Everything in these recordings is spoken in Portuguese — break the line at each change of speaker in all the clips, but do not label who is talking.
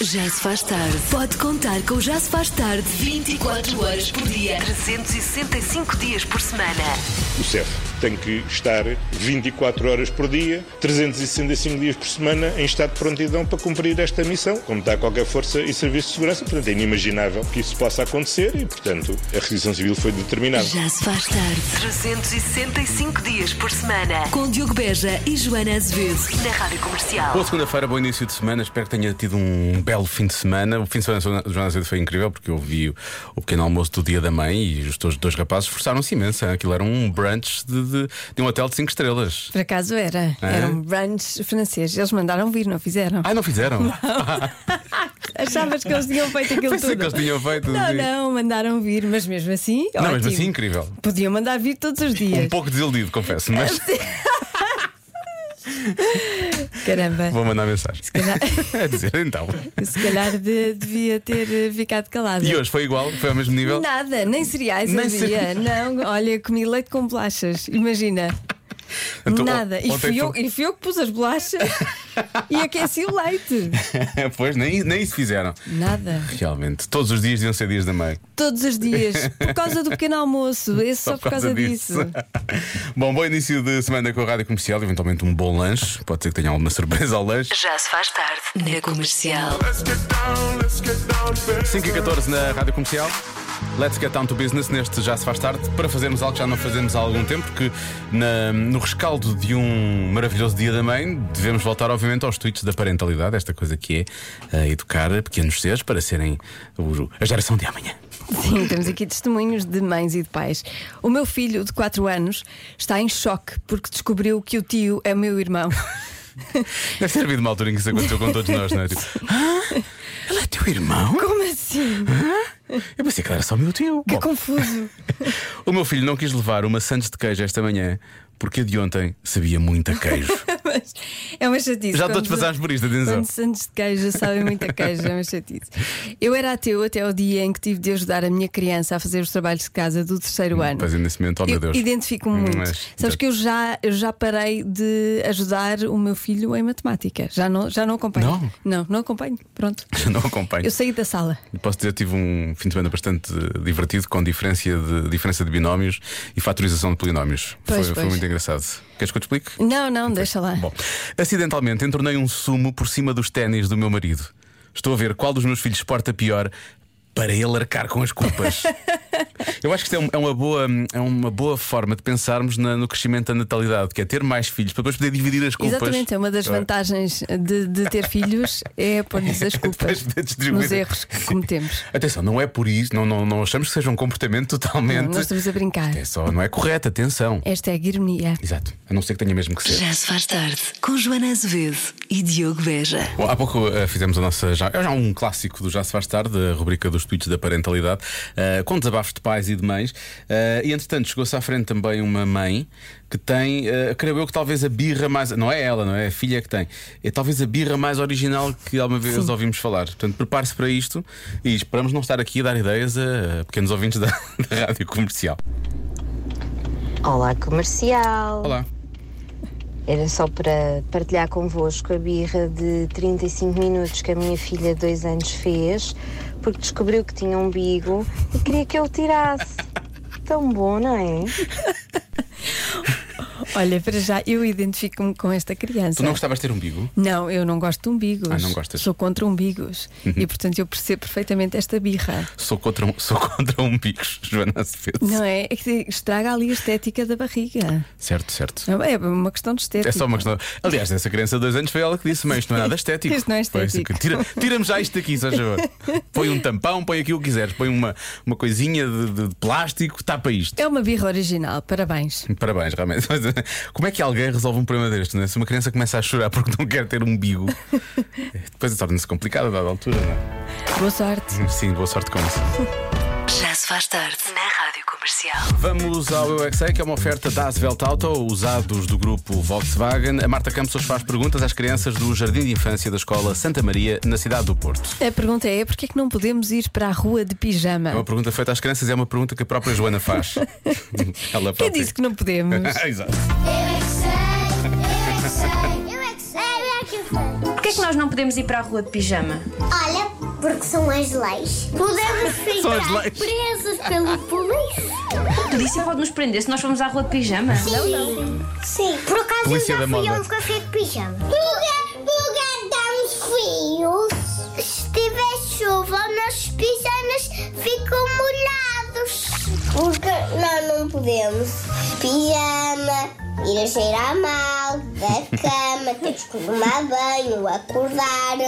Já se faz tarde. Pode contar com o Já se faz tarde 24 horas por dia, 365 dias por semana.
O CEF tem que estar 24 horas por dia, 365 dias por semana, em estado de prontidão para cumprir esta missão, como está qualquer força e serviço de segurança. Portanto, é inimaginável que isso possa acontecer e, portanto, a requisição civil foi determinada.
Já se faz tarde
365 dias por semana.
com Diogo Beja e Joana Azevedo.
Na Rádio Comercial.
Boa segunda-feira, bom início de semana. Espero que tenha tido um belo fim de semana. O fim de semana do Joana Azevedo foi incrível porque eu vi o, o pequeno almoço do dia da mãe e os dois, dois rapazes esforçaram-se imenso. hein? Aquilo era um brunch de, de- de um hotel de 5 estrelas.
Por acaso era.
É?
Era um brunch francês. Eles mandaram vir, não fizeram.
Ai, não fizeram?
Achavas que eles tinham feito aquilo
Pensei
tudo?
que eles tinham feito.
Não,
sim.
não, mandaram vir, mas mesmo assim.
Não, mesmo
ótimo.
assim, incrível.
Podiam mandar vir todos os dias.
Um pouco desiludido, confesso, mas
Caramba.
vou mandar mensagem.
calhar-
É dizer, então.
Eu, Se calhar de- devia ter eh, ficado calada.
E hoje foi igual? Foi ao mesmo nível?
Nada, nem cereais
Nem
havia.
cereais.
Não, olha, comi leite com bolachas. Imagina.
Então,
Nada. E
ontem
fui, eu,
foi-
e fui eu que pus as bolachas e aqueci o leite.
pois, nem, nem isso fizeram.
Nada.
Realmente, todos os dias iam ser dias da mãe.
Todos os dias. Por causa do pequeno almoço. Esse só, por causa, disso.
bom, bom início de semana com a rádio comercial, eventualmente um bom lanche. Pode ser que tenha alguma surpresa ao lanche.
Já se faz tarde.
Na comercial.
5 e 14 na rádio comercial. Let's get down to business neste Já Se Faz Tarde para fazermos algo que já não fazemos há algum tempo, porque na- no rescaldo de um maravilhoso Dia da Mãe, devemos voltar, obviamente, aos tweets da parentalidade, esta coisa que é eh, educar pequenos seres para serem o- a geração de amanhã.
Sim, temos aqui testemunhos de mães e de pais. O meu filho, de 4 anos, está em choque porque descobriu que o tio é meu irmão.
Deve ter havido uma altura em que isso aconteceu com todos nós, não é? Tipo, "Ah, ele é teu irmão?
Como assim?
Eu pensei que ele era só meu tio.
Que
Bom,
confuso.
O meu filho não quis levar uma Santos de queijo esta manhã porque a de ontem sabia muito a queijo.
Mas é uma chatice.
Já
Quando-
todos passámos por isto, atenção.
Quando santos de queijo sabem muita queijo, é uma chatice. Eu era ateu até o dia em que tive de ajudar a minha criança a fazer os trabalhos de casa do terceiro ano.
Fazendo nesse momento, oh meu
Eu
Deus.
Identifico-me muito.
Mas,
Sabes
então.
que eu já, eu já parei de ajudar o meu filho em matemática. Já não, já não acompanho.
Não?
não, não acompanho. Pronto.
Já não acompanho.
Eu saí da sala.
Posso dizer que tive um fim de semana bastante eh, divertido com diferença de, diferença de binómios e fatorização de polinómios.
Pois,
foi, foi
pois.
muito engraçado. Queres que eu te explique?
Não, não, deixa lá.
Bom, acidentalmente entornei um sumo por cima dos ténis do meu marido. Estou a ver qual dos meus filhos porta pior para ele arcar com as culpas. Eu acho que isto é, um- é uma boa, é uma boa forma de pensarmos na- no crescimento da natalidade, que é ter mais filhos para depois poder dividir as culpas.
Exatamente, é uma das vantagens de, de ter filhos é pôr-nos as
Depois
culpas
poder distribuir.
nos erros que cometemos.
Atenção, não é por isso, não, não, não achamos que seja um comportamento totalmente.
Não, nós estamos a brincar.
É só, não é correto, atenção.
Esta é a ironia.
Exato, a não ser que tenha mesmo que ser.
Já se faz tarde com Joana Azevedo e Diogo Beja.
Bom, há pouco eh, fizemos a nossa. Já, é já um clássico do Já Se Faz Tarde, a rubrica dos tweets da parentalidade, eh, com desabafos de pais e de mães. Eh, e entretanto, chegou-se à frente também uma mãe que tem, eh, creio eu, que talvez a birra mais. Não é ela, não é? A filha que tem. É talvez a birra mais original que alguma vez ouvimos falar. Portanto, prepare-se para isto e esperamos não estar aqui a dar ideias a, a pequenos ouvintes da, da rádio comercial.
Olá, comercial.
Olá.
Era só para partilhar convosco a birra de 35 minutos que a minha filha de 2 anos fez, porque descobriu que tinha um umbigo e queria que eu o tirasse. Tão bom, não é?
Olha, para já eu identifico-me com esta criança.
Tu não gostavas de ter um bigo?
Não, eu não gosto de umbigos.
Ah, não gostas? Uhum.
Sou contra umbigos. E portanto eu percebo perfeitamente esta birra.
Sou contra, um- sou contra um bigos, Joana Azevedo.
Não é? É que estraga ali a estética da barriga.
Certo, certo.
Não É É uma questão de estética.
É só uma questão. Aliás, essa criança de dois anos foi ela que disse: Mas isto não é nada estético.
Isto não é
Foi assim que- Tira, tira-me já isto daqui, só favor. Põe um tampão, põe aqui o que quiseres, põe uma, uma coisinha de, de- de plástico, tapa isto.
É uma birra original, parabéns.
Parabéns, realmente. Mas, eh, como é que alguém resolve um problema deste? Né? Se uma criança começa a chorar porque não quer ter um umbigo, eh, depois torna-se complicado a dada altura, não
Boa sorte.
é? Sim, boa sorte com isso.
Já se faz tarde
Na Rádio Comercial.
Vamos ao Eu é Que Sei, que é uma oferta da Asvelt Auto, usados do grupo Volkswagen. A Marta Campos hoje faz perguntas às crianças do Jardim de Infância da Escola Santa Maria, na cidade do Porto.
A pergunta é: porquê é que não podemos ir para a rua de
É uma
pijama?
pergunta feita às crianças e é uma pergunta que a própria Joana faz. Ela
Quem disse que não podemos?
Exato.
Eu é que sei, eu é que sei, eu é que sei, eu é que sei.
Porquê
Porquê é que nós não podemos ir para a rua de pijama?
Olha, porque são as leis. Podemos
as
ficar
leis.
presas pelo polícia.
Polícia pode nos prender se nós formos à rua de pijama.
Sim. Sim. Por acaso
Polícia
eu já
da
fui a
moda.
um café de pijama. Lugar, damos frios. Se tiver chuva, nossos pijamas ficam molhados. Porque nós não podemos. Pijama, ir a cheirar mal, da cama, temos que tomar banho, acordar,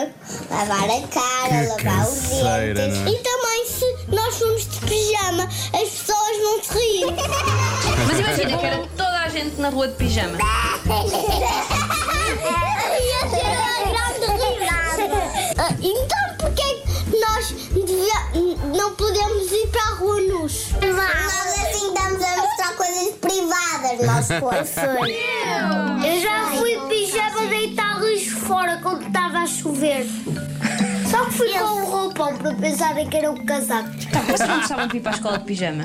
lavar a cara,
Que
lavar os
canseira,
dentes.
não é?
E também se nós formos de pijama, as pessoas vão se rir.
Mas imagina que era toda a gente na rua de pijama.
Ah, Então porquê que nós devia- não podemos ir para a rua nus? Nós assim estamos a mostrar coisas privadas, nós professores.
Eu já fui de pijama deitar lixo fora quando estava a chover.
Só que fui com o roupão para pensarem que era um casaco.
Então, Vocês não gostavam de ir para a escola de pijama?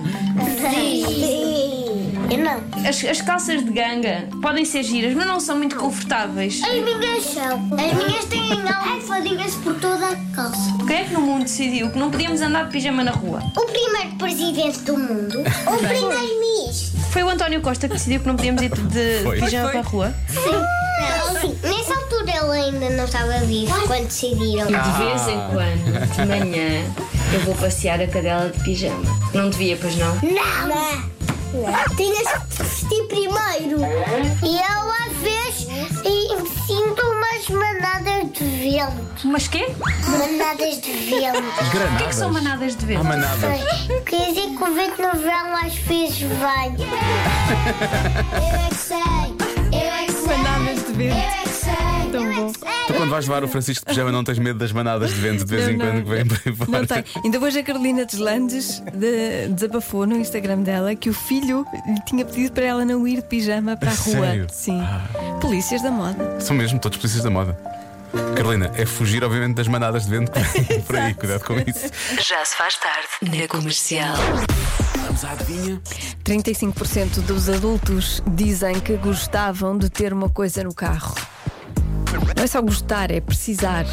Sim. Eu não.
As, as calças de ganga podem ser giras, mas não são muito confortáveis.
As minhas são. As minhas têm almofadinhas por toda a calça.
Quem é que no mundo decidiu que não podíamos andar de pijama na rua?
O primeiro presidente do mundo. O primeiro-ministro.
Foi o António Costa que decidiu que não podíamos ir de
Foi.
de pijama para a rua?
Sim. assim, Nessa altura ele ainda não estava vivo quando decidiram.
De vez em quando, de manhã, eu vou passear a cadela de pijama. Não devia, pois não?
Não. é? não. Tinhas que vestir primeiro. E eu a vez e sinto umas manadas de vento.
Mas quê?
Manadas de vento.
O que é que são manadas de vento?
Manada.
Quer dizer que o vento no verão às vezes vem. Eu é que sei. Eu é que sei.
Manadas de vento.
Eu é que sei.
Tão
eu é
bom.
que sei.
Tu quando vais levar o Francisco de pijama não tens medo das manadas de vento de vez
Não,
em
não.
quando que vêm por aí fora.
Não tem. Ainda hoje a Carolina Deslandes de- desabafou no Instagram dela que o filho lhe tinha pedido para ela não ir de pijama para a
A
rua.
sério? Ah.
Sim. Polícias da moda.
São mesmo todos polícias da moda. Carolina, é fugir, obviamente, das manadas de vento que vêm por aí, cuidado com isso.
Já se faz tarde na comercial.
Vamos à adivinha.
35% dos adultos dizem que gostavam de ter uma coisa no carro. Não é só gostar, é precisar.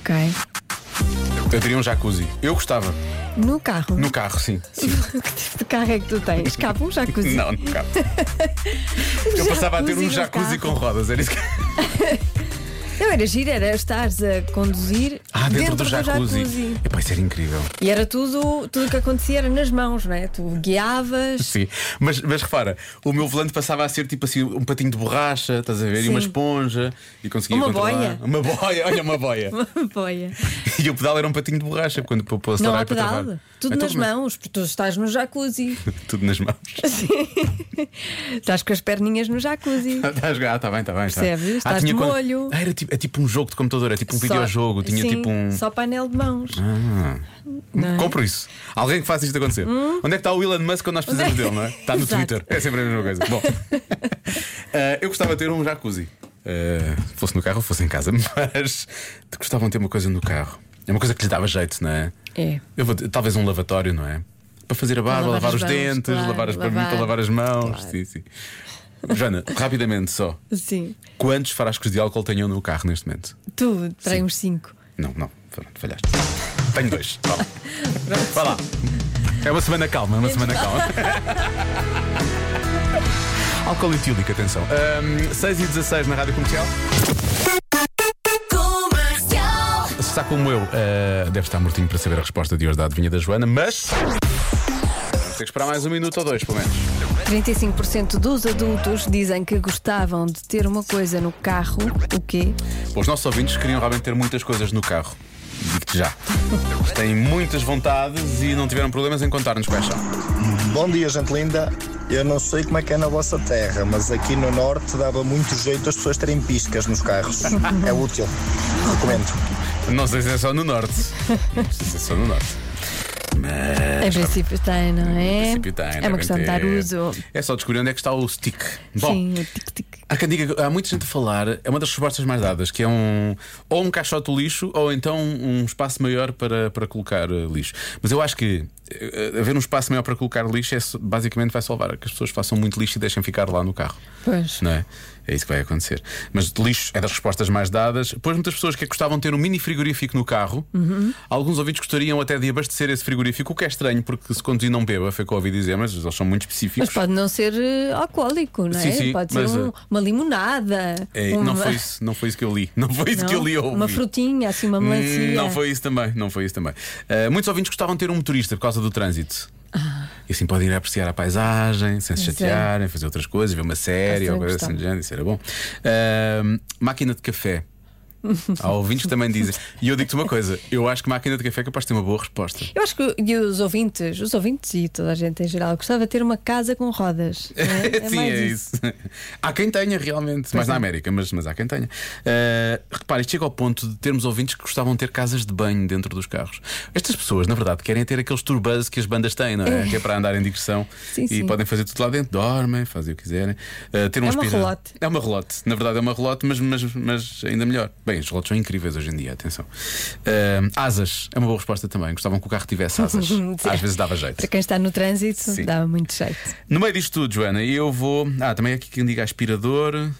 Ok.
Eu teria um jacuzzi. Eu gostava.
No carro.
No carro, sim. Sim.
que tipo de carro é que tu tens? Cabe um jacuzzi.
Não, no carro. Eu passava a ter um
no
jacuzzi
carro.
com rodas, era isso que.
Não era giro, era estares a conduzir
Ah, dentro, do,
do
jacuzzi. Epá, isso era incrível.
E era tudo, tudo o que acontecia era nas mãos, não é? Tu guiavas.
Sim. Mas, mas repara, o meu volante passava a ser tipo assim um patinho de borracha, estás a ver? E uma
Sim.
esponja. E conseguia
Uma
controlar.
boia.
Uma boia, olha, uma boia.
Boia.
e o pedal era um patinho de borracha quando pôs pôs
Não há
acelerar para
pedal.
travar.
Tudo
É
nas mãos, porque tu estás no jacuzzi.
Tudo nas mãos.
estás com as perninhas no jacuzzi.
Está a jogar, está bem, está bem. tá.
Percebes? Estás
tinha
de
quando-
molho.
Ah, era tipo, é tipo um jogo de computador, é tipo um
Só-
videojogo. Tinha
sim,
tipo um.
Só painel de mãos.
Ah.
é?
Compro isso. Alguém que faça isto acontecer. Onde é que está o Elon Musk quando nós precisamos dele, não é? Está no
Hum? Exato.
Twitter. É sempre a mesma coisa. Bom, Eh, eu gostava de ter um jacuzzi. Eh, fosse no carro ou fosse em casa, mas gostavam de ter uma coisa no carro. É uma coisa que lhes dava jeito, não é?
É.
Eu vou, talvez um lavatório, não é? Para fazer a barba,
lavar
lavar,
as
os
mãos,
dentes,
claro,
lavar as para,
lavar.
para lavar as mãos. Sim, sim. Joana, rapidamente só.
Sim.
Quantos frascos de álcool tenham no carro neste momento?
Tu, para aí uns 5.
Não, não, pronto, falhaste. Tenho dois. Vá lá. Vá lá. É uma semana calma, é uma semana calma. Álcool etílico, atenção. Ahm, 6 e 16 na rádio comercial. Se está como eu, ah, deve estar mortinho para saber a resposta de hoje da adivinha da Joana, mas. Vamos ter que esperar mais um minuto ou dois, pelo menos.
35% dos adultos dizem que gostavam de ter uma coisa no carro. O quê?
Bom, Os nossos ouvintes queriam realmente ter muitas coisas no carro. Digo-te já. Eles Têm muitas vontades e não tiveram problemas em contar-nos quais são.
Bom dia, gente linda. Eu não sei como é que é na vossa terra, mas aqui no Norte dava muito jeito as pessoas terem piscas nos carros. É útil. Recomendo.
Não sei se é só no norte. Não sei se é só no norte.
Em princípio tem, não é?
Em princípio tem,
é
devem
uma questão de dar
ter.
uso.
É só descobrir onde é que está o stick. Bom,
Sim, o tic-tic.
há quem diga, há muita gente a falar, é uma das respostas mais dadas, que é um ou um caixote de lixo ou então um espaço maior para, para colocar eh, lixo. Mas eu acho que eh, haver um espaço maior para colocar lixo é, so- basicamente vai salvar que as pessoas façam muito lixo e deixem ficar lá no carro.
Pois.
Não é? É isso que vai acontecer. Mas de lixo é das respostas mais dadas. Pois muitas pessoas que gostavam de ter um mini frigorífico no carro,
Uhum.
alguns ouvintes gostariam até de abastecer esse frigorífico, o que é estranho, porque se conduzir não beba, foi o que eu ouvi dizer, mas eles são muito específicos.
Mas pode não ser eh, alcoólico, não é?
Sim, sim,
pode
mas,
ser um-
eh,
uma limonada.
É,
uma...
não, foi isso, não foi isso que eu li. Não foi isso que eu
um Não?
li. ou
Uma
ouvi.
frutinha, assim, uma
Hum,
melancia.
Não foi isso também, não foi isso também. Uh, muitos ouvintes gostavam de ter um motorista por causa do trânsito.
Ah.
E assim podem ir apreciar a paisagem, sem se
Pois é.
chatearem, fazer outras coisas, ver uma série
Acho
ou
que
coisa
gostava.
assim do género, isso era bom. Uh, máquina de café. Há ouvintes que também dizem. E eu digo-te uma coisa: eu acho que máquina de café é capaz de ter uma boa resposta.
Eu acho que e os ouvintes, os ouvintes e toda a gente em geral gostava de ter uma casa com rodas. não é? É
Sim,
mais é.
é isso. Há quem tenha realmente, mas na América, mas, mas há quem tenha. Uh, repare, isto chega ao ponto de termos ouvintes que gostavam de ter casas de banho dentro dos carros. Estas pessoas, na verdade, querem ter aqueles turbas que as bandas têm, não é? Que é para andar em digressão
Sim,
e
sim.
podem fazer tudo lá dentro, dormem, fazem o que quiserem. Uh, ter um
É uma
aspirador-
relote.
É uma relote, na verdade é uma relote, mas, mas, mas ainda melhor. Bem, os relotes são incríveis hoje em dia, atenção. Uh, asas, é uma boa resposta também. Gostavam que o carro tivesse asas.
Sim.
Às vezes dava jeito.
Para quem está no trânsito,
Sim.
dá muito jeito.
No meio disto tudo, Joana, eu vou. Ah, também há aqui quem diga aspirador.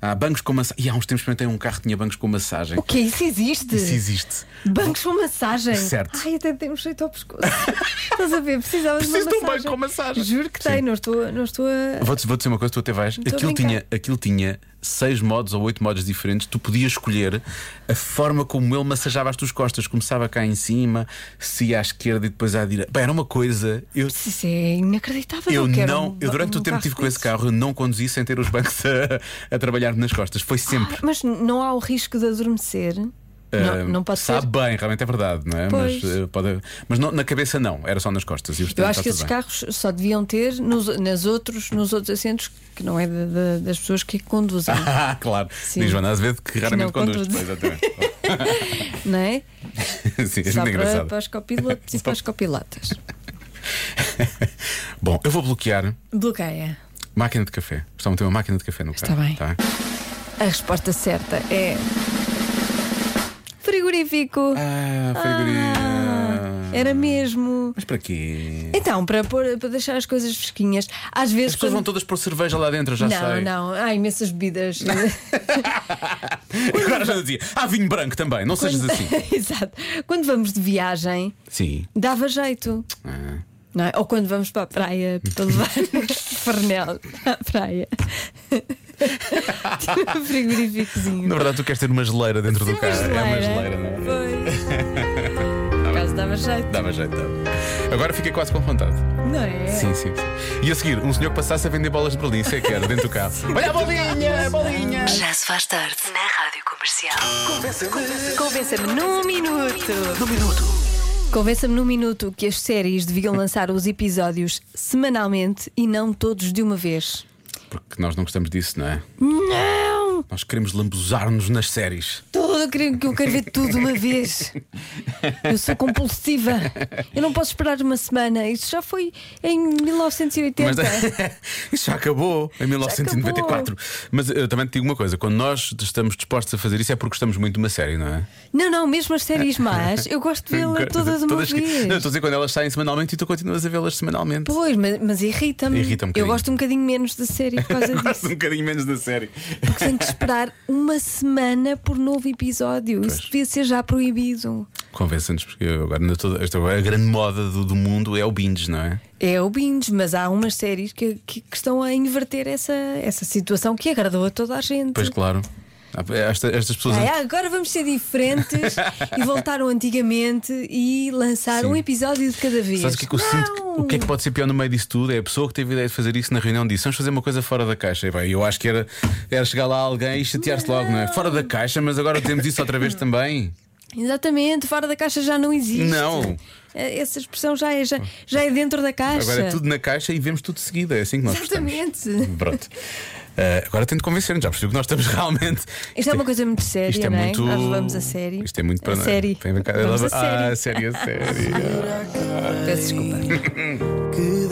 Há bancos com massagem. E há uns tempos também tem um carro que tinha bancos com massagem.
O que é isso? Existe?
Isso existe.
Bancos com massagem.
Certo.
Ai, até temos jeito ao pescoço. Estás a ver? Precisavas
Preciso
de
de um
uma massagem.
banco com massagem.
Juro que
Sim.
tem, não estou, não estou a.
Vou-te vou dizer uma coisa, tu até vais.
Estou a
Aquilo
brincar.
tinha, aquilo tinha seis modos ou oito modos diferentes. Tu podias escolher a forma como ele massageava as tuas costas. Começava cá em cima, se ia à esquerda e depois à direita. Bem, era uma coisa. Eu,
Isso é inacreditável.
eu
quero
não.
um-
Eu durante
um
o tempo que tive com esse
desses.
carro, eu não conduzi sem ter os bancos a, a trabalhar nas costas. Foi sempre.
Ah, Mas não há o risco de adormecer.
Ah,
não, não pode
sabe
ser.
bem, realmente é verdade, não é?
Pois.
Mas, eh, pode- mas não- na cabeça não, era só nas costas. E os
Eu
tempos,
acho
está
que
tudo
esses
bem.
carros só deviam ter nos, nas outros, nos outros assentos que não é de- de- das pessoas que conduzem,
Ah, claro.
Sim.
Diz Joana Azevedo que raramente
não
conduz.
conduz.
Pois, exatamente.
não é?
Sim, é
Só
muito
para,
engraçado.
para os copilotos e para as copilotas.
Bom, eu vou bloquear
Bloqueia.
máquina de café. Gostava de ter uma máquina de café no carro. tá?
Está bem. A resposta certa é. Frigorífico. Ah,
Ah, frigoria.
Era mesmo.
Mas para quê?
Então, para, pôr- para deixar as coisas fresquinhas, às
As
vezes.
pessoas vão
quando-
todas pôr cerveja lá dentro, eu já
não,
sei.
não, há imensas bebidas.
E Agora já dizia, há vinho branco também, não sejas assim.
Exato. Quando vamos de viagem,
Sim.
dava jeito.
Ah.
não é? Ou quando vamos para a praia para levar Fernel à praia. um frigoríficozinho.
Na verdade, tu queres ter uma geleira dentro do
Sim,
carro. É uma geleira, não é?
Pois. Por acaso dava jeito.
Dava jeito, dava. Agora fiquei quase confrontado.
Não é?
Sim, sim, sim. E a seguir, um senhor que passasse a vender bolas de Berlim, sei que era, dentro do carro. Olha a bolinha, bolinha!
Já se faz tarde na Rádio Comercial.
Convença-me num minuto. Num minuto. Convença-me num minuto que as séries deviam lançar os episódios semanalmente e não todos de uma vez.
Porque nós não gostamos disso, não é?
Não!
Nós queremos lambuzar-nos nas séries.
Tudo, eu quero, eu quero ver tudo de uma vez. Eu sou compulsiva. Eu não posso esperar uma semana. Isso já foi em 1980.
isso já acabou em 1994. Mas eh, eu também te digo uma coisa: quando nós estamos dispostos a fazer isso é porque gostamos muito de uma série, não é?
Não, não, mesmo as séries más, eu gosto de vê-la toda de uma
Todas que-
vez.
Não, estou a dizer quando elas saem semanalmente e tu continuas a vê-las semanalmente.
Pois, mas, mas irrita-me.
Irrita um
eu
bocadinho.
gosto um bocadinho menos da série por causa
Gosto um
disso.
bocadinho menos da série.
Porque tenho que esperar uma semana por novo episódio.
Pois.
Isso devia ser já proibido.
Convença-nos, porque eu agora, ainda estou- esta agora a grande moda do, do mundo é o binge, não é?
É o binge, mas há umas séries que, que, que estão a inverter essa, essa situação que agradou a toda a gente.
Pois claro. Há- esta- estas pessoas.
Ai, ah, agora vamos ser diferentes e voltaram antigamente e lançar
Sim.
um episódio de cada vez.
Sabes o que é que eu sinto? que- O que é que pode ser pior no meio disso tudo? É a pessoa que teve a ideia de fazer isso na reunião disse: vamos fazer uma coisa fora da caixa. E, bem, eu acho que era, era chegar lá alguém e chatear-se logo, não é? Fora da caixa, mas agora temos isso outra vez também.
Exatamente, fora da caixa já não existe.
Não.
Eh, Essa expressão já é, já, já é dentro da caixa.
Agora é tudo na caixa e vemos tudo de seguida. É assim que nós gostamos.
Exatamente.
Pronto. Ah, agora tento convencer-nos, já percebo que nós estamos realmente.
Isto é uma coisa muito séria,
Isto é
não é?
muito.
Nós levamos a sério.
Isto é muito para
a
nós.
série.
Vem cá.
Vamos
Ah,
a sério.
a série, a série.
Peço desculpa.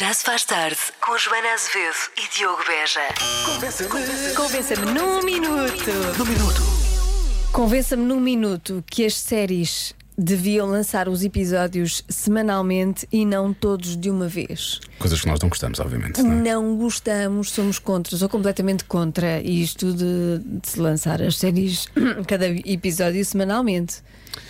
Já se faz tarde com Joana Azevedo e Diogo Beja.
Convença-me num minuto. Num minuto. Convença-me num minuto que as séries deviam lançar os episódios semanalmente e não todos de uma vez.
Coisas que nós não gostamos, obviamente. não é?
Não gostamos, somos contra, sou completamente contra isto de, de se lançar as séries, cada episódio semanalmente.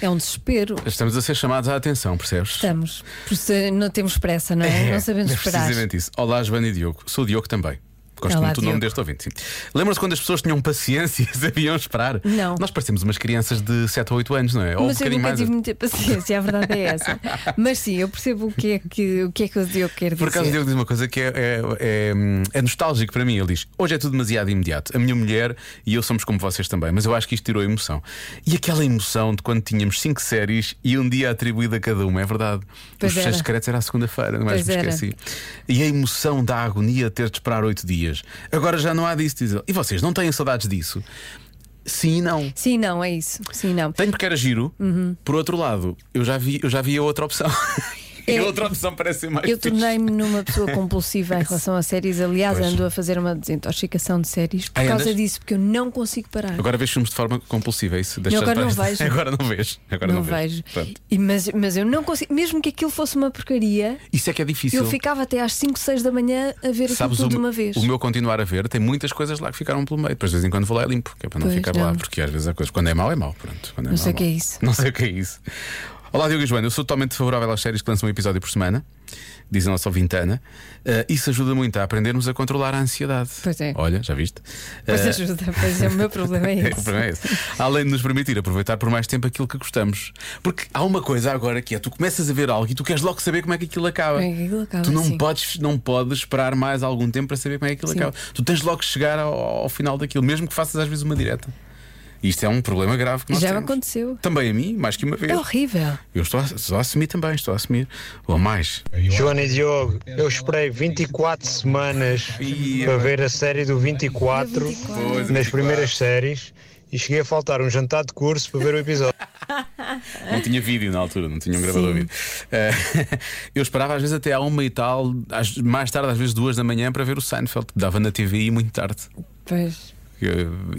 É um desespero.
Estamos a ser chamados à atenção, percebes?
Estamos. Por isso não temos pressa, não é? não sabemos
é
esperar.
precisamente isso. Olá, Joana e Diogo. Sou o Diogo também. Gosto
Olá,
muito do nome
Diogo.
deste ouvinte. sim. Lembra-se quando as pessoas tinham paciência e sabiam esperar?
Não.
Nós parecemos umas crianças de 7 ou 8 anos, não é? ou um
Mas eu
bocadinho
nunca
mais.
tive muita paciência, a verdade é essa. Mas sim, eu percebo o que é que o, que é que o Diogo quer
Por acaso, o
dizer.
Diogo diz uma coisa que é, é, é, hum, é nostálgico para mim. Ele diz: Hoje é tudo demasiado imediato. A minha mulher e eu somos como vocês também, mas eu acho que isto tirou emoção. E aquela emoção de quando tínhamos cinco séries e um dia atribuído a cada uma, é verdade.
Pois
Os fecheiros
era.
secretos era à segunda-feira, não mais
Pois
me
era.
esqueci. E a emoção da agonia de ter de esperar oito dias. Agora já não há disso, diz ele. E vocês não têm saudades disso? Sim e não.
Sim, não, é isso. Sim, não.
Tenho porque era giro,
Uhum.
por outro lado, eu já vi, eu já vi a outra opção. e a
É,
outra opção parece ser mais
Eu
fixe.
tornei-me numa pessoa compulsiva em relação a séries. Aliás, ando a fazer uma desintoxicação de séries por
Ai,
causa
andas?
disso, porque eu não consigo parar.
Agora vês filmes de forma compulsiva, é isso?
Não, agora
Deixaste-
não vejo.
Agora não vês. Agora
não,
não, vês.
vejo.
Pronto.
E, mas, mas eu não consigo, mesmo que aquilo fosse uma porcaria,
Isso é que é difícil.
eu ficava até às 5, 6 da manhã a ver aquilo
Sabes
tudo de
o,
uma vez.
o meu continuar a ver tem muitas coisas lá que ficaram pelo meio. Depois de vez em quando vou lá e limpo, que é para não
Pois,
ficar
não.
lá, porque às vezes há coisas. Quando é mau, é mau. Pronto. Quando é mau,
Não sei o que é
mau.
isso.
Não sei o que é isso. Olá, Diogo e Joana. Eu sou totalmente favorável às séries que lançam um episódio por semana, diz a nossa vintana. isso ajuda muito a aprendermos a controlar a ansiedade.
Pois é.
Olha, já viste?
Pois
Ah,
ajuda, pois é, o meu problema é
O
esse.
problema é esse. Além de nos permitir aproveitar por mais tempo aquilo que gostamos. Porque há uma coisa agora que é: tu começas a ver algo e tu queres logo saber como é que aquilo acaba.
Como é que aquilo acaba,
tu não,
sim.
podes, não podes esperar mais algum tempo para saber como é que aquilo
Sim.
acaba. Tu tens logo que chegar ao, ao final daquilo, mesmo que faças às vezes uma direta. E Isto é um problema grave que nós
Já me
temos.
aconteceu.
Também a mim, mais que uma vez.
É horrível.
Eu estou a, estou a assumir também, estou a assumir. Ou mais.
Joana e Diogo, eu esperei 24 semanas
Ia,
para ver a série do 24 nas primeiras séries e cheguei a faltar um jantar de curso para ver o episódio.
Não tinha vídeo na altura, não tinha um gravador
Sim.
vídeo. Eh, eu esperava às vezes até à uma e tal, às- mais tarde, às vezes duas da manhã, para ver o Seinfeld. Dava na TV e muito tarde.
Pois.
Eh,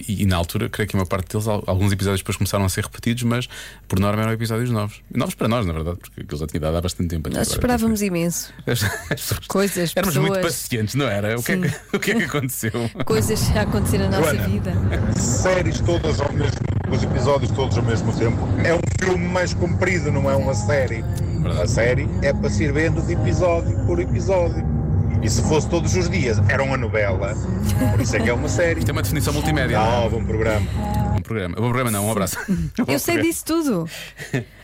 E, e na altura, creio que uma parte deles, al- alguns episódios depois começaram a ser repetidos, mas por norma eram episódios novos. Novos para nós, na verdade, porque aquilo já tinha dado há bastante tempo. até
Nós
agora. é
esperávamos imenso.
As- as pessoas-
Coisas,
Éramos muito
pessoas.
pacientes, não era? O que, é que, o que é que aconteceu?
Coisas a acontecer na nossa
é
vida.
séries todas ao mesmo os episódios todos ao mesmo tempo. É um filme mais comprido, não é uma série. Uma série é para se ir vendo de episódio por episódio. E se fosse todos os dias, era uma novela. Por isso é que é uma série.
Tem uma definição multimédia.
Ah, bom programa.
não é? Um programa. Um programa não, um abraço.
Eu sei disso tudo.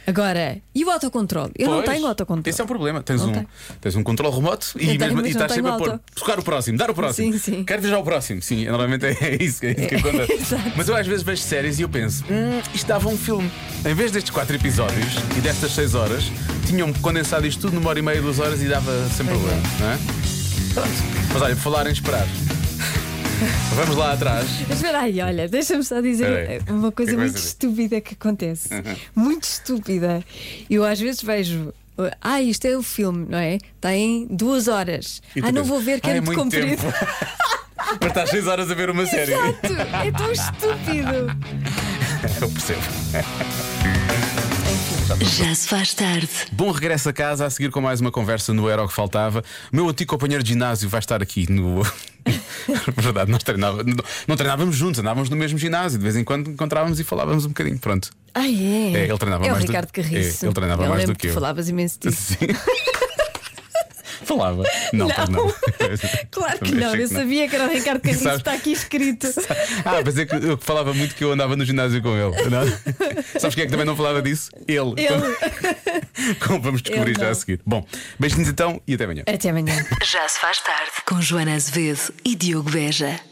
Agora, e o autocontrole? Eu não
Pois,
tenho autocontrole.
Esse é um problema. Tens,
Não
um,
tenho.
tens um controle remoto e,
Eu tenho,
mesmo,
mas
e
não
estás
tenho
sempre a pôr.
auto.
Tocar o próximo, dar o próximo.
Sim, sim.
Quero ver já o próximo. Sim, é, normalmente é, é isso, é isso que
É,
acontece.
exato.
mas eu às vezes vejo séries e eu penso: hum, isto dava um filme. Em vez destes quatro episódios e destas seis horas, tinham condensado isto tudo numa hora e meia, duas horas e dava sem problema. Não é? Pronto. Mas olha, por falar em esperar. Vamos lá atrás.
Mas espera aí, olha, deixa-me só
Espera
dizer
aí.
uma coisa
Que
muito
coisa. Uhum.
estúpida que acontece. Muito estúpida. Eu às vezes vejo. uh, Ah, isto é o filme, não é? Tem duas horas.
E tu
Ah, não
pensas,
vou ver que
"Ah,
é
é
muito
muito
comprido.
tempo." Para estar seis horas a ver uma série.
Exato, é tão estúpido.
Eu percebo.
Já se faz tarde.
Bom regresso a casa, a seguir com mais uma conversa no Era o que Faltava. O meu antigo companheiro de ginásio vai estar aqui no. Verdade, nós treinávamos, não, não treinávamos juntos, andávamos no mesmo ginásio, de vez em quando encontrávamos e falávamos um bocadinho. Pronto.
Ah, é?
É, ele treinava
é
mais
o
do-
Ricardo Carriço.
é, ele treinava
eu
mais do
lembro
que eu.
Falavas imenso disso.
Sim. Falava. Não, pois não.
Claro que
Também
não,
achei
eu
que
sabia que era o Ricardo Carriço,
Sabes-
está aqui escrito.
Ah, pensei que eu falava muito que eu andava no ginásio com ele. Não? Sabes quem é que também não falava disso? Ele. Como vamos descobrir
Ele
já
não.
a seguir. Bom, beijinhos então e até amanhã.
Até amanhã.
Já se faz tarde. Com Joana Azevedo e Diogo Veja.